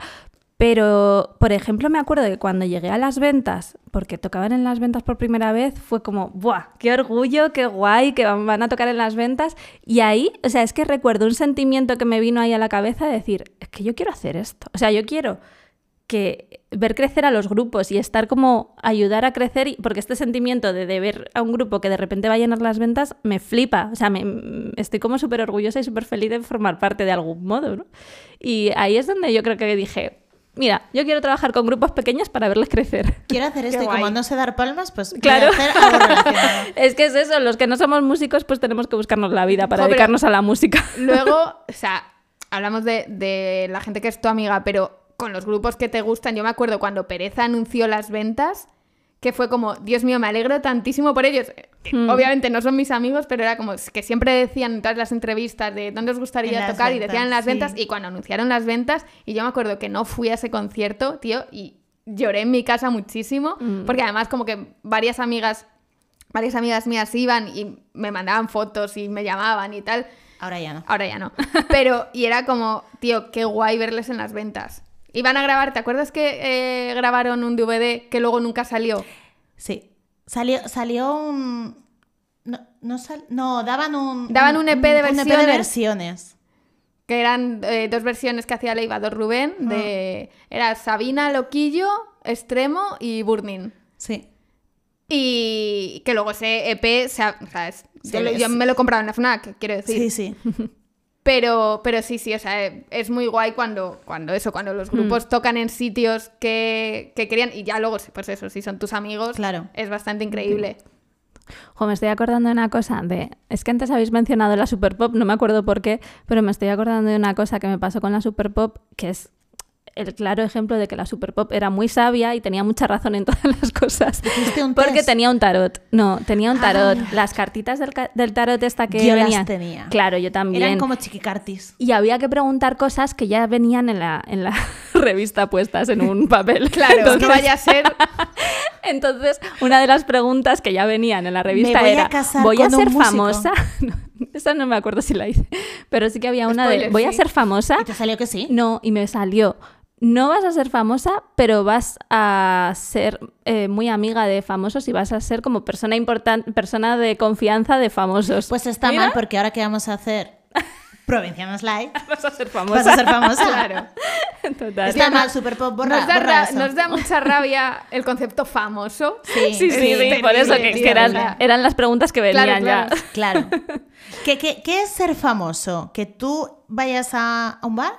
Speaker 4: pero por ejemplo me acuerdo que cuando llegué a las ventas, porque tocaban en las ventas por primera vez, fue como, ¡buah! ¡Qué orgullo, qué guay que van van a tocar en las ventas! Y ahí, o sea, es que recuerdo un sentimiento que me vino ahí a la cabeza de decir, es que yo quiero hacer esto, o sea, yo quiero que ver crecer a los grupos y estar como ayudar a crecer, y- porque este sentimiento de, de ver a un grupo que de repente va a llenar las ventas me flipa, o sea, me, mm, estoy como súper orgullosa y súper feliz de formar parte de algún modo, ¿no? Y ahí es donde yo creo que dije, mira, yo quiero trabajar con grupos pequeños para verles crecer.
Speaker 3: Quiero hacer esto y
Speaker 2: guay.
Speaker 3: como no sé dar palmas, pues voy a
Speaker 4: Claro.
Speaker 3: hacer algo relacionado.
Speaker 4: Es que es eso, los que no somos músicos pues tenemos que buscarnos la vida para
Speaker 2: Jo, pero-
Speaker 4: dedicarnos a la música.
Speaker 2: Luego, o sea, hablamos de, de la gente que es tu amiga, pero con los grupos que te gustan, yo me acuerdo cuando Pereza anunció las ventas, que fue como, Dios mío, me alegro tantísimo por ellos. Eh,
Speaker 4: Hmm.
Speaker 2: Obviamente no son mis amigos, pero era como es que siempre decían en todas las entrevistas de dónde os
Speaker 3: En
Speaker 2: gustaría
Speaker 3: las
Speaker 2: tocar y
Speaker 3: ventas,
Speaker 2: decían en las
Speaker 3: sí.
Speaker 2: ventas y cuando anunciaron las ventas y yo me acuerdo que no fui a ese concierto, tío, y lloré en mi casa muchísimo
Speaker 3: Hmm.
Speaker 4: Mm.
Speaker 2: porque además como que varias amigas varias amigas mías iban y me mandaban fotos y me llamaban y tal.
Speaker 3: Ahora ya no.
Speaker 2: Ahora ya no. Pero, y era como, tío, qué guay verles en las ventas. Iban a grabar, ¿te acuerdas que eh, grabaron un DVD que luego nunca salió?
Speaker 3: Sí. Salió, salió un... No, no, sal- no, daban un... E
Speaker 2: Daban un EP de versiones.
Speaker 3: versiones.
Speaker 2: Que eran eh, dos versiones que hacía Leiva, dos Rubén, de... Era Sabina, Loquillo, Extremo y Burning.
Speaker 3: Sí.
Speaker 2: Y que luego ese EP, se ha- o sea, es-
Speaker 3: Se
Speaker 2: yo, lo-
Speaker 3: ve,
Speaker 2: yo
Speaker 3: sí.
Speaker 2: me lo he comprado en la FNAC, quiero decir.
Speaker 3: Sí, sí.
Speaker 2: Pero, pero sí, sí, o sea, eh, es muy guay cuando, cuando eso, cuando los grupos tocan en sitios que, que querían y ya luego, pues eso, si son tus amigos,
Speaker 3: Claro.
Speaker 2: es bastante increíble.
Speaker 4: Jo, me estoy acordando de una cosa de... Es que antes habéis mencionado la Super Pop, no me acuerdo por qué, pero me estoy acordando de una cosa que me pasó con la Super Pop, que es el claro ejemplo de que la Super Pop era muy sabia y tenía mucha razón en todas las cosas.
Speaker 3: ¿Hiciste un
Speaker 4: Porque
Speaker 3: test?
Speaker 4: tenía un tarot. No, tenía un tarot. Las cartitas del, ca- del tarot esta que
Speaker 3: Ah. Yo las
Speaker 4: venían.
Speaker 3: tenía.
Speaker 4: Claro, yo también.
Speaker 3: Eran como chiquicartis.
Speaker 4: Y había que preguntar cosas que ya venían en la, en la revista puestas en un papel.
Speaker 2: Claro,
Speaker 4: Entonces-
Speaker 2: no vaya a ser.
Speaker 4: entonces, una de las preguntas que ya venían en la revista
Speaker 3: voy a
Speaker 4: era,
Speaker 3: casar
Speaker 4: ¿voy a
Speaker 3: con un
Speaker 4: ser
Speaker 3: músico?"
Speaker 4: famosa? No, esa no me acuerdo si la hice, pero sí que había una de,
Speaker 2: Spoiler,
Speaker 4: ¿voy a
Speaker 2: sí.
Speaker 4: ser famosa?
Speaker 3: ¿Y te salió que sí?
Speaker 4: No, y me salió, no vas a ser famosa, pero vas a ser eh, muy amiga de famosos y vas a ser como persona importante, persona de confianza de famosos.
Speaker 3: Pues está
Speaker 4: Mira,
Speaker 3: mal porque ahora que vamos a hacer Provincianos Live,
Speaker 4: Vas a ser
Speaker 3: vas
Speaker 4: famosa.
Speaker 3: a ser famosa.
Speaker 2: Claro.
Speaker 4: Total.
Speaker 3: Está mal, super pop, borra,
Speaker 2: nos, da
Speaker 3: borra
Speaker 2: ra-
Speaker 3: eso.
Speaker 2: nos da mucha rabia el concepto famoso.
Speaker 3: Sí,
Speaker 4: Sí, sí, sí,
Speaker 2: terrible,
Speaker 4: por eso que, que eran,
Speaker 2: terrible.
Speaker 4: eran las preguntas que venían
Speaker 2: Claro,
Speaker 4: ya.
Speaker 2: claro.
Speaker 3: Claro. ¿Qué, qué, qué es ser famoso? ¿Que tú vayas a, a un bar,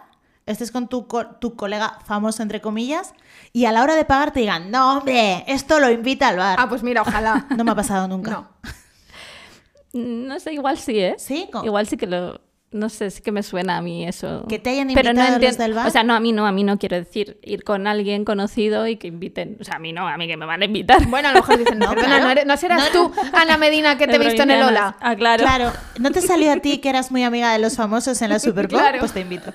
Speaker 3: estés con tu, co- tu colega famoso, entre comillas, y a la hora de pagar te digan, no, hombre, esto lo invita al bar.
Speaker 2: Ah, pues mira, ojalá.
Speaker 3: No me ha pasado nunca.
Speaker 2: No.
Speaker 4: No sé, igual sí, ¿eh?
Speaker 3: ¿Sí? Co-
Speaker 4: Igual sí que lo... No sé, sí que me suena a mí eso.
Speaker 3: Que te hayan
Speaker 4: Pero no
Speaker 3: invitado los
Speaker 4: entiendo-
Speaker 3: del bar.
Speaker 4: O sea, no, a mí no, a mí no quiero decir ir con alguien conocido y que inviten. O sea, a mí no, a mí que me van a invitar.
Speaker 2: Bueno, a lo mejor dicen, no, perdona,
Speaker 3: claro.
Speaker 2: no, eres- no serás
Speaker 3: No,
Speaker 2: tú, Ana Medina, que te he visto en el Ola.
Speaker 4: Ah, claro.
Speaker 3: Claro. ¿No te salió a ti que eras muy amiga de los famosos en la Super Pop?
Speaker 2: Claro.
Speaker 3: Pues te invito.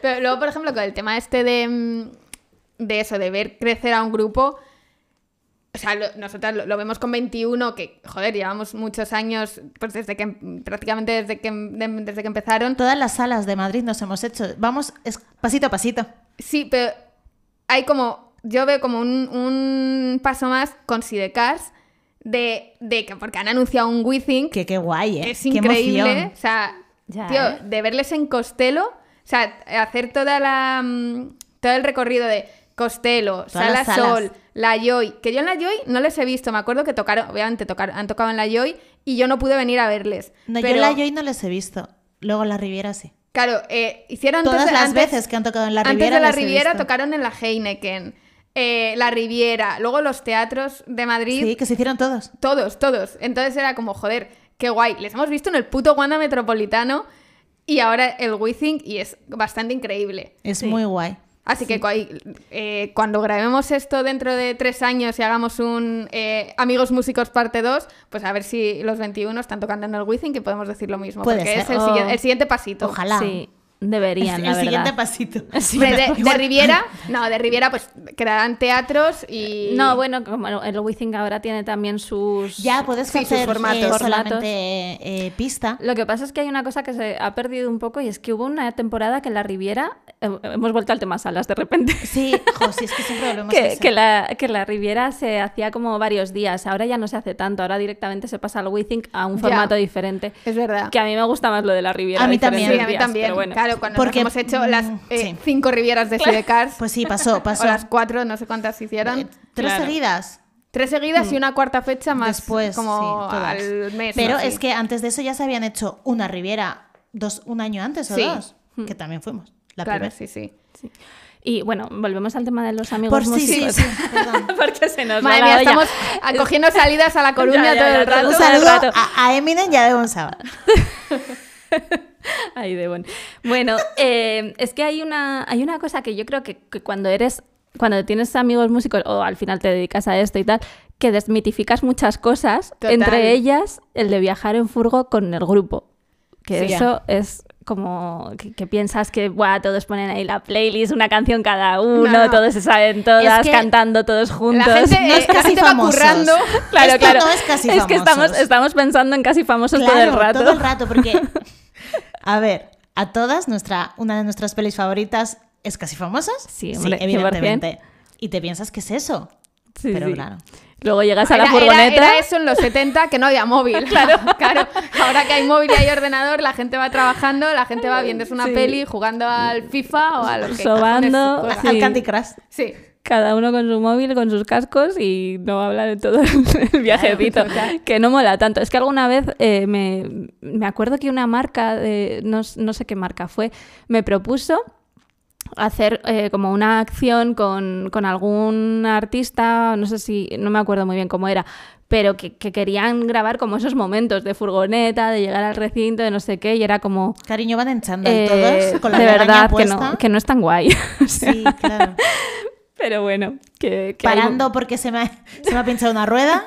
Speaker 2: Pero luego, por ejemplo, con el tema este de, mm, de eso, de ver crecer a un grupo, o o sea, lo- nosotras lo, lo vemos con 21, que, joder, llevamos muchos años, pues desde que, em- prácticamente desde que, em- de- desde que empezaron.
Speaker 3: Todas las salas de Madrid nos hemos hecho. Vamos, es pasito a pasito.
Speaker 2: Sí, pero hay como, yo veo como un, un paso más con Sidecars, de, de que, porque han anunciado un WeThink,
Speaker 3: Que qué guay, ¿eh?
Speaker 2: es
Speaker 3: Qué
Speaker 2: increíble.
Speaker 3: emoción.
Speaker 2: O sea,
Speaker 4: Ya,
Speaker 2: tío,
Speaker 4: ¿eh?
Speaker 2: de verles en Costello, o sea, hacer toda la mm, todo el recorrido de Costello, Sala
Speaker 3: las salas.
Speaker 2: Sol, La Joy, que yo en La Joy no les he visto, me acuerdo que tocaron, obviamente tocaron, han tocado en La Joy y yo no pude venir a verles.
Speaker 3: No,
Speaker 2: Pero,
Speaker 3: yo la Joy no les he visto. Luego la Riviera sí.
Speaker 2: Claro, eh, hicieron
Speaker 3: Todas
Speaker 2: entonces-
Speaker 3: las
Speaker 2: antes-
Speaker 3: veces que han tocado en la
Speaker 2: antes
Speaker 3: Riviera.
Speaker 2: de la
Speaker 3: las he
Speaker 2: Riviera
Speaker 3: visto.
Speaker 2: tocaron en la Heineken, eh, la Riviera, luego los teatros de Madrid,
Speaker 3: Sí, que se hicieron todos.
Speaker 2: Todos, todos. Entonces era como, joder, qué guay. Les hemos visto en el puto Wanda Metropolitano y ahora el Withink y es bastante increíble.
Speaker 3: Es
Speaker 4: Sí.
Speaker 3: muy guay.
Speaker 2: Así que coi- eh, cuando grabemos esto dentro de tres años y hagamos un eh, Amigos Músicos parte 2, pues a ver si los 21 están tocando en el Withink y podemos decir lo mismo.
Speaker 3: Puede
Speaker 2: porque
Speaker 3: ser.
Speaker 2: es el,
Speaker 4: Oh.
Speaker 2: siguiente, el siguiente pasito.
Speaker 3: Ojalá.
Speaker 4: Sí,
Speaker 3: El,
Speaker 4: deberían,
Speaker 3: el
Speaker 4: la verdad.
Speaker 3: siguiente pasito.
Speaker 2: Hombre, de, de Riviera, no, de Riviera pues crearán teatros y...
Speaker 4: No, bueno, como el Withing ahora tiene también sus...
Speaker 3: Ya puedes
Speaker 2: Sí, sus
Speaker 3: hacer eh,
Speaker 2: formatos.
Speaker 4: Formatos.
Speaker 3: solamente eh, pista.
Speaker 4: Lo que pasa es que hay una cosa que se ha perdido un poco y es que hubo una temporada que en la Riviera... eh, hemos vuelto al tema salas de repente.
Speaker 3: Sí, jo, sí, es que siempre volvemos a
Speaker 4: que,
Speaker 3: eso.
Speaker 4: que la, que la Riviera se hacía como varios días. Ahora ya no se hace tanto. Ahora directamente se pasa al Withink a un
Speaker 2: Ya.
Speaker 4: formato diferente.
Speaker 2: Es verdad.
Speaker 4: Que a mí me gusta más lo de la Riviera.
Speaker 3: A mí
Speaker 4: diferentes
Speaker 2: Sí, a mí
Speaker 4: días,
Speaker 2: también.
Speaker 4: pero bueno.
Speaker 2: Claro, cuando
Speaker 3: Porque-
Speaker 2: nos hemos hecho las
Speaker 3: mm,
Speaker 2: eh,
Speaker 3: sí.
Speaker 2: cinco rivieras de Sidecars,
Speaker 3: Pues sí, pasó, pasó.
Speaker 2: o las cuatro, no sé cuántas hicieron.
Speaker 3: Eh, Tres seguidas.
Speaker 2: Tres seguidas y una cuarta fecha más
Speaker 3: Después,
Speaker 2: como
Speaker 3: sí, todas.
Speaker 2: al mes.
Speaker 3: Pero
Speaker 2: ¿no? Sí.
Speaker 3: es que antes de eso ya se habían hecho una Riviera dos, un año antes o
Speaker 2: Sí.
Speaker 3: dos, que también fuimos. La
Speaker 2: claro,
Speaker 3: primera.
Speaker 2: sí, sí.
Speaker 4: Y bueno, volvemos al tema de los amigos
Speaker 3: Por sí, sí,
Speaker 4: músicos.
Speaker 3: sí, perdón.
Speaker 4: Porque se nos
Speaker 2: Madre
Speaker 4: va
Speaker 2: mía,
Speaker 4: la olla.
Speaker 2: estamos acogiendo salidas a la Coruña
Speaker 4: Ya, ya,
Speaker 2: todo
Speaker 4: ya,
Speaker 2: el
Speaker 4: todo
Speaker 2: rato.
Speaker 3: Un
Speaker 4: el
Speaker 3: saludo
Speaker 4: rato.
Speaker 3: a, a Eminem y a Devon Sawa.
Speaker 4: Ay, de bueno. Bueno, eh, es que hay una, hay una cosa que yo creo que, que cuando eres, cuando tienes amigos músicos o al final te dedicas a esto y tal, que desmitificas muchas cosas,
Speaker 2: Total.
Speaker 4: entre ellas el de viajar en furgo con el grupo. Que
Speaker 3: Sí.
Speaker 4: eso es como que, que piensas que buah, todos ponen ahí la playlist, una canción cada uno,
Speaker 2: No, no.
Speaker 4: todos se saben todas,
Speaker 3: Es que
Speaker 4: cantando todos juntos.
Speaker 2: La gente,
Speaker 3: No es
Speaker 2: eh, la
Speaker 3: casi
Speaker 2: gente va
Speaker 3: famosos.
Speaker 2: currando.
Speaker 4: Claro,
Speaker 3: Esto
Speaker 4: claro.
Speaker 3: no es casi
Speaker 4: que estamos,
Speaker 3: famosos.
Speaker 4: estamos pensando en casi famosos
Speaker 3: Claro,
Speaker 4: todo el rato.
Speaker 3: todo el rato, porque... A ver, a todas, nuestra, una de nuestras pelis favoritas es Casi Famosas.
Speaker 4: Sí, hombre,
Speaker 3: evidentemente. Y te piensas que es eso.
Speaker 4: Sí,
Speaker 3: Pero
Speaker 4: sí.
Speaker 3: claro.
Speaker 4: Luego llegas a
Speaker 2: Era-
Speaker 4: la
Speaker 2: era-
Speaker 4: furgoneta.
Speaker 2: era eso en los 70 que no había móvil. claro. Ahora que hay móvil y hay ordenador, la gente va trabajando, la gente va viendo es una
Speaker 4: Sí.
Speaker 2: peli, jugando al FIFA o a lo que
Speaker 4: Sobando.
Speaker 2: cojones
Speaker 4: Sí.
Speaker 2: juegan.
Speaker 3: Al Candy Crush.
Speaker 2: Sí.
Speaker 4: Cada uno con su móvil, con sus cascos y no hablar en todo el viajecito, que no mola tanto. Es que alguna vez eh, me, me acuerdo que una marca, de, no, s- no sé qué marca fue, me propuso hacer eh, como una acción con, con algún artista, no sé si, no me acuerdo muy bien cómo era, pero que, que querían grabar como esos momentos de furgoneta, de llegar al recinto, de no sé qué, y era como...
Speaker 3: Cariño, van hinchando
Speaker 4: eh,
Speaker 3: ahí todos con la
Speaker 4: de
Speaker 3: telaraña
Speaker 4: verdad, que
Speaker 3: puesta.
Speaker 4: no, que no es tan guay. O sea,
Speaker 3: Sí, claro.
Speaker 4: Pero bueno, que... que hay-
Speaker 3: Parando porque se me, ha, se me ha pinchado una rueda.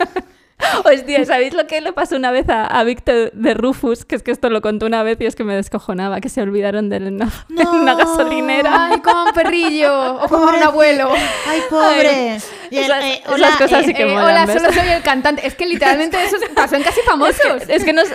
Speaker 4: Hostia, ¿sabéis lo que le pasó una vez a, a Víctor de Rufus? Que es que esto lo contó una vez y es que me descojonaba, que se olvidaron de él en una,
Speaker 3: No.
Speaker 4: en una gasolinera.
Speaker 2: Ay, como un perrillo o como un
Speaker 3: Pobrecito.
Speaker 2: abuelo.
Speaker 3: ¡Ay, pobre! Y el,
Speaker 4: Esas-
Speaker 3: eh,
Speaker 4: esas
Speaker 3: hola,
Speaker 4: cosas
Speaker 3: eh,
Speaker 4: que molan,
Speaker 2: hola,
Speaker 4: ¿ves?
Speaker 2: solo soy el cantante. Es que literalmente eso pasó en Casi Famosos.
Speaker 4: Es que no sé-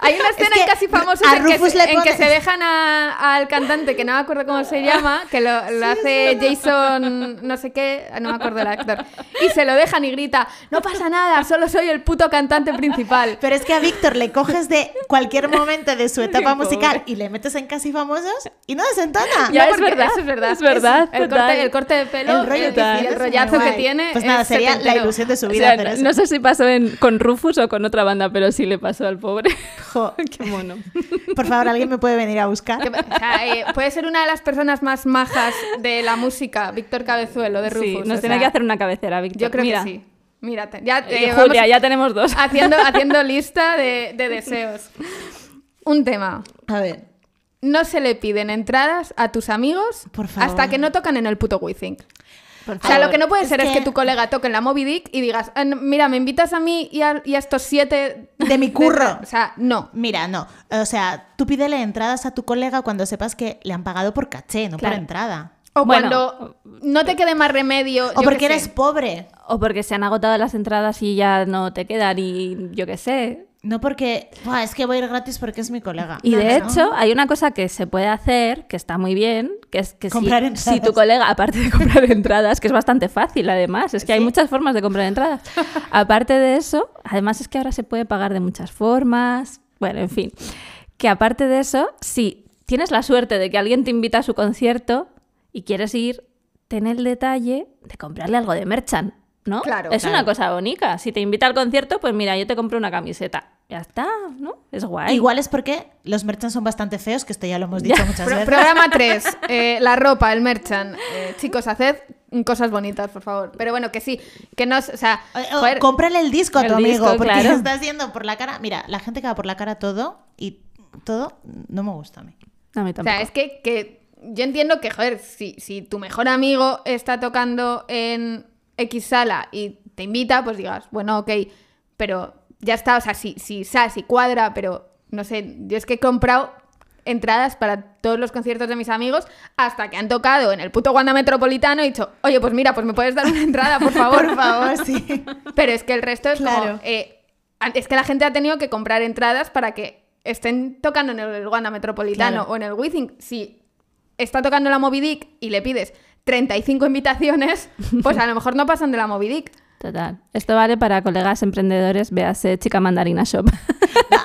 Speaker 2: Hay una escena
Speaker 3: que
Speaker 2: en Casi Famosos
Speaker 3: a
Speaker 2: en que,
Speaker 3: Rufus
Speaker 2: se,
Speaker 3: le
Speaker 2: en que
Speaker 3: pone-
Speaker 2: se dejan a- al cantante, que no me acuerdo cómo se llama, que lo, lo hace Jason, no sé qué, no me acuerdo el actor. Y se lo dejan y grita, no pasa nada, solo soy el puto cantante principal.
Speaker 3: Pero es que a Víctor le coges de cualquier momento de su etapa
Speaker 4: Pobre.
Speaker 3: musical y le metes en Casi Famosos y no desentona.
Speaker 2: No,
Speaker 4: Ya, es
Speaker 2: porque
Speaker 4: verdad,
Speaker 2: eso es verdad.
Speaker 4: es verdad,
Speaker 2: el,
Speaker 4: total.
Speaker 2: corte, el corte de pelo
Speaker 3: El rollo
Speaker 2: y- y
Speaker 3: que tiene
Speaker 2: el
Speaker 3: es muy
Speaker 2: rollazo que
Speaker 3: guay.
Speaker 2: tiene.
Speaker 3: Pues nada,
Speaker 2: es
Speaker 3: sería la
Speaker 2: setentero.
Speaker 3: ilusión de su
Speaker 4: o
Speaker 3: vida
Speaker 4: sea,
Speaker 3: hacer eso.
Speaker 4: no, no sé si pasó en- con Rufus o con otra banda, pero sí le pasó al pobre.
Speaker 3: Jo,
Speaker 4: Qué mono.
Speaker 3: por favor, alguien me puede venir a buscar.
Speaker 2: Que- o sea, eh, puede ser una de las personas más majas de la música, Víctor Cabezuelo, de Rufus.
Speaker 4: Sí, nos
Speaker 2: o
Speaker 4: tiene
Speaker 2: sea,
Speaker 4: que hacer una cabecera, Víctor.
Speaker 2: Yo creo
Speaker 4: Mira.
Speaker 2: que sí. Mírate. Ya,
Speaker 4: Y
Speaker 2: eh,
Speaker 4: Julia,
Speaker 2: vamos
Speaker 4: ya tenemos dos.
Speaker 2: Haciendo, haciendo lista de, de deseos. Un tema.
Speaker 3: A ver.
Speaker 2: No se le piden entradas a tus amigos
Speaker 3: Por favor.
Speaker 2: hasta que no tocan en el puto WeThink.
Speaker 4: Por
Speaker 2: O sea, lo
Speaker 4: favor.
Speaker 2: que no puede
Speaker 3: Es
Speaker 2: ser es que
Speaker 3: que-
Speaker 2: tu colega toque en la Moby Dick y digas, "Ah, no, mira, me invitas a mí y a, y a estos siete...
Speaker 3: De mi curro.
Speaker 2: O sea, no.
Speaker 3: Mira, no. O sea, tú pídele entradas a tu colega cuando sepas que le han pagado por caché, no
Speaker 4: Claro.
Speaker 3: por entrada.
Speaker 2: O
Speaker 4: Bueno,
Speaker 2: cuando no te quede más remedio. yo
Speaker 3: O
Speaker 2: qué
Speaker 3: porque
Speaker 2: sé.
Speaker 3: eres pobre.
Speaker 4: O porque se han agotado las entradas y ya no te quedan y yo qué sé.
Speaker 3: No porque, "Buah, es que voy a ir gratis porque es mi colega.
Speaker 4: Y
Speaker 3: No,
Speaker 4: de
Speaker 3: no, no.
Speaker 4: hecho, hay una cosa que se puede hacer, que está muy bien, que es que si-
Speaker 3: Comprar
Speaker 4: si,
Speaker 3: entradas.
Speaker 4: tu colega, aparte de comprar entradas, que es bastante fácil además, es que hay muchas formas de comprar entradas. aparte de eso, además es que ahora se puede pagar de muchas formas, bueno, en fin. Que aparte de eso, si tienes la suerte de que alguien te invita a su concierto y quieres ir, ten el detalle de comprarle algo de merchan, ¿no?
Speaker 2: Claro,
Speaker 4: es una
Speaker 3: claro.
Speaker 4: cosa bonita. Si te invita al concierto, pues mira, yo te compro una camiseta. Ya está, ¿no? Es guay.
Speaker 3: Igual es porque los merchants son bastante feos, que esto ya lo hemos dicho muchas
Speaker 2: Pro-
Speaker 3: veces.
Speaker 2: programa 3, la ropa, el merchan. Eh, chicos, haced cosas bonitas, por favor. Pero bueno, que sí, que no, es- o sea,
Speaker 3: Eh, o
Speaker 2: joder,
Speaker 3: cómprale el disco a tu
Speaker 4: El
Speaker 3: amigo,
Speaker 4: disco,
Speaker 3: porque
Speaker 4: claro.
Speaker 3: estás yendo por la cara. Mira, la gente que va por la cara todo y todo no me gusta a mí.
Speaker 4: A mí
Speaker 2: o
Speaker 4: tampoco.
Speaker 2: sea, es que, que yo entiendo que, joder, si, si tu mejor amigo está tocando en X sala y te invita, pues digas, bueno, ok, pero ya está, o sea, si, si, sa- si cuadra, pero no sé, yo es que he comprado entradas para todos los conciertos de mis amigos hasta que han tocado en el puto Wanda Metropolitano y he dicho, oye, pues mira, pues me puedes dar una entrada, por favor.
Speaker 3: Por favor, sí.
Speaker 2: Pero es que el resto es
Speaker 3: Claro.
Speaker 2: como... eh, an- es que la gente ha tenido que comprar entradas para que estén tocando en el Wanda Metropolitano
Speaker 3: Claro.
Speaker 2: o en el Wizzing. Si está tocando la Moby Dick y le pides 35 invitaciones, pues a lo mejor no pasan de la Moby Dick.
Speaker 4: Total. Esto vale para colegas emprendedores, véase Chica Mandarina Shop.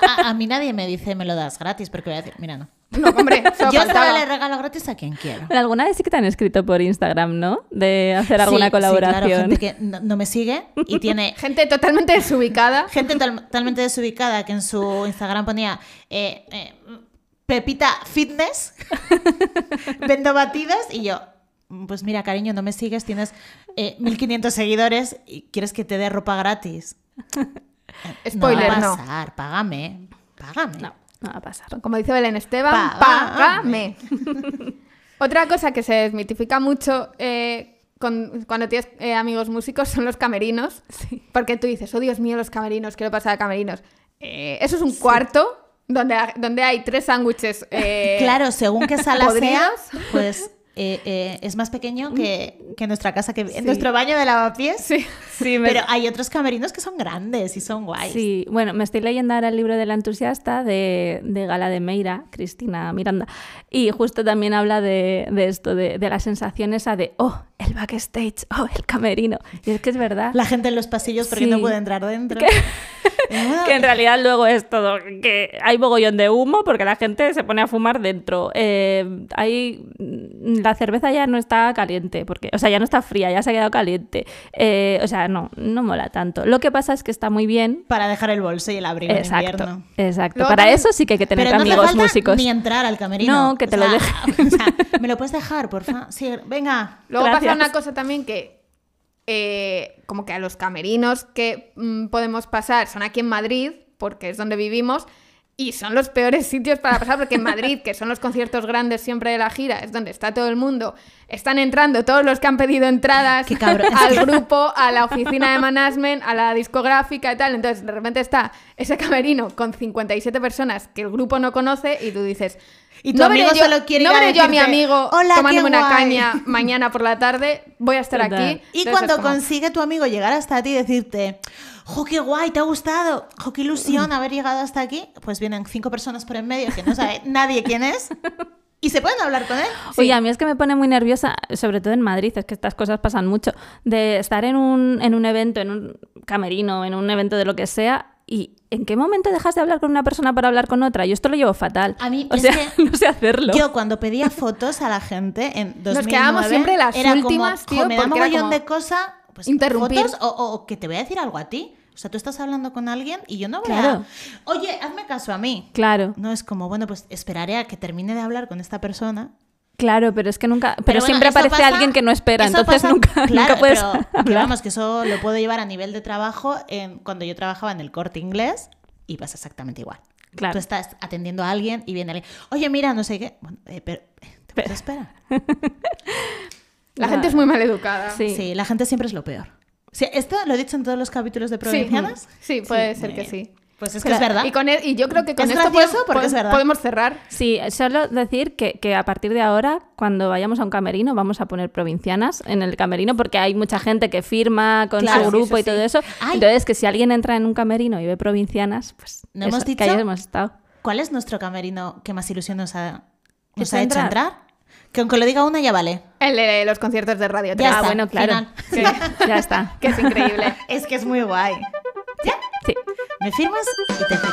Speaker 3: A, a- a mí nadie me dice me lo das gratis, porque voy a decir, mira, no.
Speaker 2: No, hombre, solo
Speaker 3: Yo
Speaker 2: faltaba.
Speaker 3: solo le regalo gratis a quien quiero.
Speaker 4: Pero alguna vez sí que te han escrito por Instagram, ¿no? De hacer
Speaker 3: Sí,
Speaker 4: alguna
Speaker 3: Sí, claro,
Speaker 4: colaboración.
Speaker 3: gente que no, no me sigue y tiene
Speaker 2: Gente totalmente desubicada.
Speaker 3: gente tal- totalmente desubicada que en su Instagram ponía eh, eh, Pepita Fitness, vendo batidos y yo. "Mm, Pues mira, cariño, no me sigues, tienes eh, 1500 seguidores y quieres que te dé ropa gratis. Eh,
Speaker 2: Spoiler,
Speaker 3: no.
Speaker 2: no.
Speaker 3: Va a pasar, págame, págame.
Speaker 4: No, no va a pasar.
Speaker 2: Como dice Belén Esteban,
Speaker 3: Págame.
Speaker 2: págame. Otra cosa que se desmitifica mucho eh, con- cuando tienes eh, amigos músicos son los camerinos. Porque tú dices, oh Dios mío, los camerinos, quiero pasar a camerinos. Eh, eso es un cuarto donde, ha- donde hay tres sándwiches. eh,
Speaker 3: Claro, según qué sala sea,
Speaker 2: ¿podrías?
Speaker 3: pues eh, eh, es más pequeño que, que nuestra casa, que
Speaker 2: Sí.
Speaker 3: nuestro baño de lavapiés.
Speaker 2: Sí.
Speaker 4: Sí,
Speaker 3: Pero hay otros camerinos que son grandes y son guays.
Speaker 4: Sí, bueno, me estoy leyendo ahora el libro de la entusiasta de, de Gala de Meira, Cristina Miranda, y justo también habla de, de esto, de, de la sensación esa de, oh, el backstage, oh, el camerino. Y es que es verdad.
Speaker 3: La gente en los pasillos porque
Speaker 4: Sí.
Speaker 3: no puede entrar dentro. Ah,
Speaker 4: Que en realidad luego es todo, que hay mogollón de humo porque la gente se pone a fumar dentro. Eh, hay, mm, la cerveza ya no está caliente, porque, o sea, ya no está fría, ya se ha quedado caliente. Eh, o sea, no, no mola tanto. Lo que pasa es que está muy bien.
Speaker 3: Para dejar el bolso y el abrigo en
Speaker 4: Exacto,
Speaker 3: invierno.
Speaker 4: exacto.
Speaker 2: Luego
Speaker 4: Para
Speaker 2: también-
Speaker 4: eso sí que hay que tener
Speaker 3: Pero no hace
Speaker 4: amigos
Speaker 3: falta
Speaker 4: músicos.
Speaker 3: ni entrar al camerino.
Speaker 4: No, que te
Speaker 3: O
Speaker 4: lo
Speaker 3: sea,
Speaker 4: deje.
Speaker 3: o sea, ¿Me lo puedes dejar, porfa? Sí, venga.
Speaker 2: Luego
Speaker 4: Gracias.
Speaker 2: pasa una cosa también que eh, como que a los camerinos que mm, podemos pasar son aquí en Madrid, porque es donde vivimos, y son los peores sitios para pasar, porque en Madrid, que son los conciertos grandes siempre de la gira, es donde está todo el mundo, están entrando todos los que han pedido entradas
Speaker 3: Qué cabrón.
Speaker 2: al grupo, a la oficina de management, a la discográfica y tal. Entonces, de repente está ese camerino con 57 personas que el grupo no conoce y tú dices...
Speaker 3: Y tu
Speaker 2: no veré
Speaker 3: amigo
Speaker 2: yo,
Speaker 3: solo quiere ir
Speaker 2: no
Speaker 3: a
Speaker 2: veré yo a mi
Speaker 3: decirte,
Speaker 2: amigo
Speaker 3: "Hola, qué
Speaker 2: tomándome una
Speaker 3: guay".
Speaker 2: caña mañana por la tarde voy a estar
Speaker 4: Total.
Speaker 2: aquí.
Speaker 3: Y
Speaker 2: Entonces
Speaker 3: cuando
Speaker 2: es como,
Speaker 3: consigue tu amigo llegar hasta ti y decirte, ¡jo, qué guay! ¿Te ha gustado? ¡jo, qué ilusión
Speaker 2: Mm.
Speaker 3: haber llegado hasta aquí! Pues vienen cinco personas por en medio que no sabe nadie quién es y se pueden hablar con él.
Speaker 4: Oye, a mí es que me pone muy nerviosa, sobre todo en Madrid, es que estas cosas pasan mucho, de estar en un, en un evento, en un camerino, en un evento de lo que sea, y ¿en qué momento dejas de hablar con una persona para hablar con otra? Yo esto lo llevo fatal.
Speaker 3: A mí
Speaker 4: o
Speaker 3: es
Speaker 4: sea,
Speaker 3: que
Speaker 4: no sé hacerlo.
Speaker 3: Yo cuando pedía fotos a la gente en 2009,
Speaker 2: quedábamos siempre las
Speaker 3: era como,
Speaker 2: últimas, tío,
Speaker 3: "Jo, me da
Speaker 2: porque era
Speaker 3: mogollón
Speaker 2: como
Speaker 3: de cosa, pues,
Speaker 2: interrumpir.
Speaker 3: fotos o, o- o que te voy a decir algo a ti. O sea, tú estás hablando con alguien y yo no voy
Speaker 4: Claro.
Speaker 3: a... Oye, hazme caso a mí.
Speaker 4: Claro,
Speaker 3: No es como, bueno, pues esperaré a que termine de hablar con esta persona.
Speaker 4: claro, pero es que nunca, pero,
Speaker 3: bueno,
Speaker 4: siempre
Speaker 3: eso
Speaker 4: aparece
Speaker 3: pasa-
Speaker 4: alguien que no espera,
Speaker 3: eso
Speaker 4: entonces
Speaker 3: pasa-
Speaker 4: nunca,
Speaker 3: claro,
Speaker 4: nunca puedes
Speaker 3: pero que
Speaker 4: hablar.
Speaker 3: Vamos, que eso lo puedo llevar a nivel de trabajo en- cuando yo trabajaba en el corte inglés y pasa exactamente igual.
Speaker 4: Claro.
Speaker 3: Tú estás atendiendo a alguien y viene alguien, oye, mira, no sé qué. Bueno, eh, pero te puedes esperar.
Speaker 2: La gente es muy mal educada.
Speaker 4: Sí.
Speaker 3: Sí, la gente siempre es lo peor. Sí, esto lo he dicho en todos los capítulos de
Speaker 2: sí,
Speaker 3: Provincianas.
Speaker 2: sí, puede
Speaker 3: Sí,
Speaker 2: ser
Speaker 3: muy
Speaker 2: que
Speaker 3: bien.
Speaker 2: sí.
Speaker 3: Pues es que es verdad.
Speaker 2: Y, con e- y yo creo que con
Speaker 3: Es
Speaker 2: esto podemos,
Speaker 3: gracioso porque es
Speaker 2: podemos-
Speaker 3: verdad.
Speaker 2: podemos cerrar.
Speaker 4: Sí, solo decir que, que a partir de ahora, cuando vayamos a un camerino, vamos a poner provincianas en el camerino, porque hay mucha gente que firma con
Speaker 3: Claro,
Speaker 4: su
Speaker 3: sí, eso
Speaker 4: grupo y todo
Speaker 3: sí.
Speaker 4: eso.
Speaker 3: Ay.
Speaker 4: Entonces, que si alguien entra en un camerino y ve provincianas, pues
Speaker 3: ¿No
Speaker 4: eso,
Speaker 3: hemos
Speaker 4: que
Speaker 3: dicho?
Speaker 4: ahí hemos estado.
Speaker 3: ¿Cuál es nuestro camerino que más ilusión nos ha, nos
Speaker 4: ¿Es
Speaker 3: ha hecho
Speaker 4: entrar?
Speaker 3: entrar? Que aunque lo diga una ya vale.
Speaker 2: El de los conciertos de Radio
Speaker 3: Ya
Speaker 4: ah,
Speaker 3: está,
Speaker 4: bueno, claro.
Speaker 3: final.
Speaker 4: Sí, ya está.
Speaker 2: que es increíble.
Speaker 3: Es que es muy guay.
Speaker 4: Sí.
Speaker 3: ¿Me firmas? Y te firmo.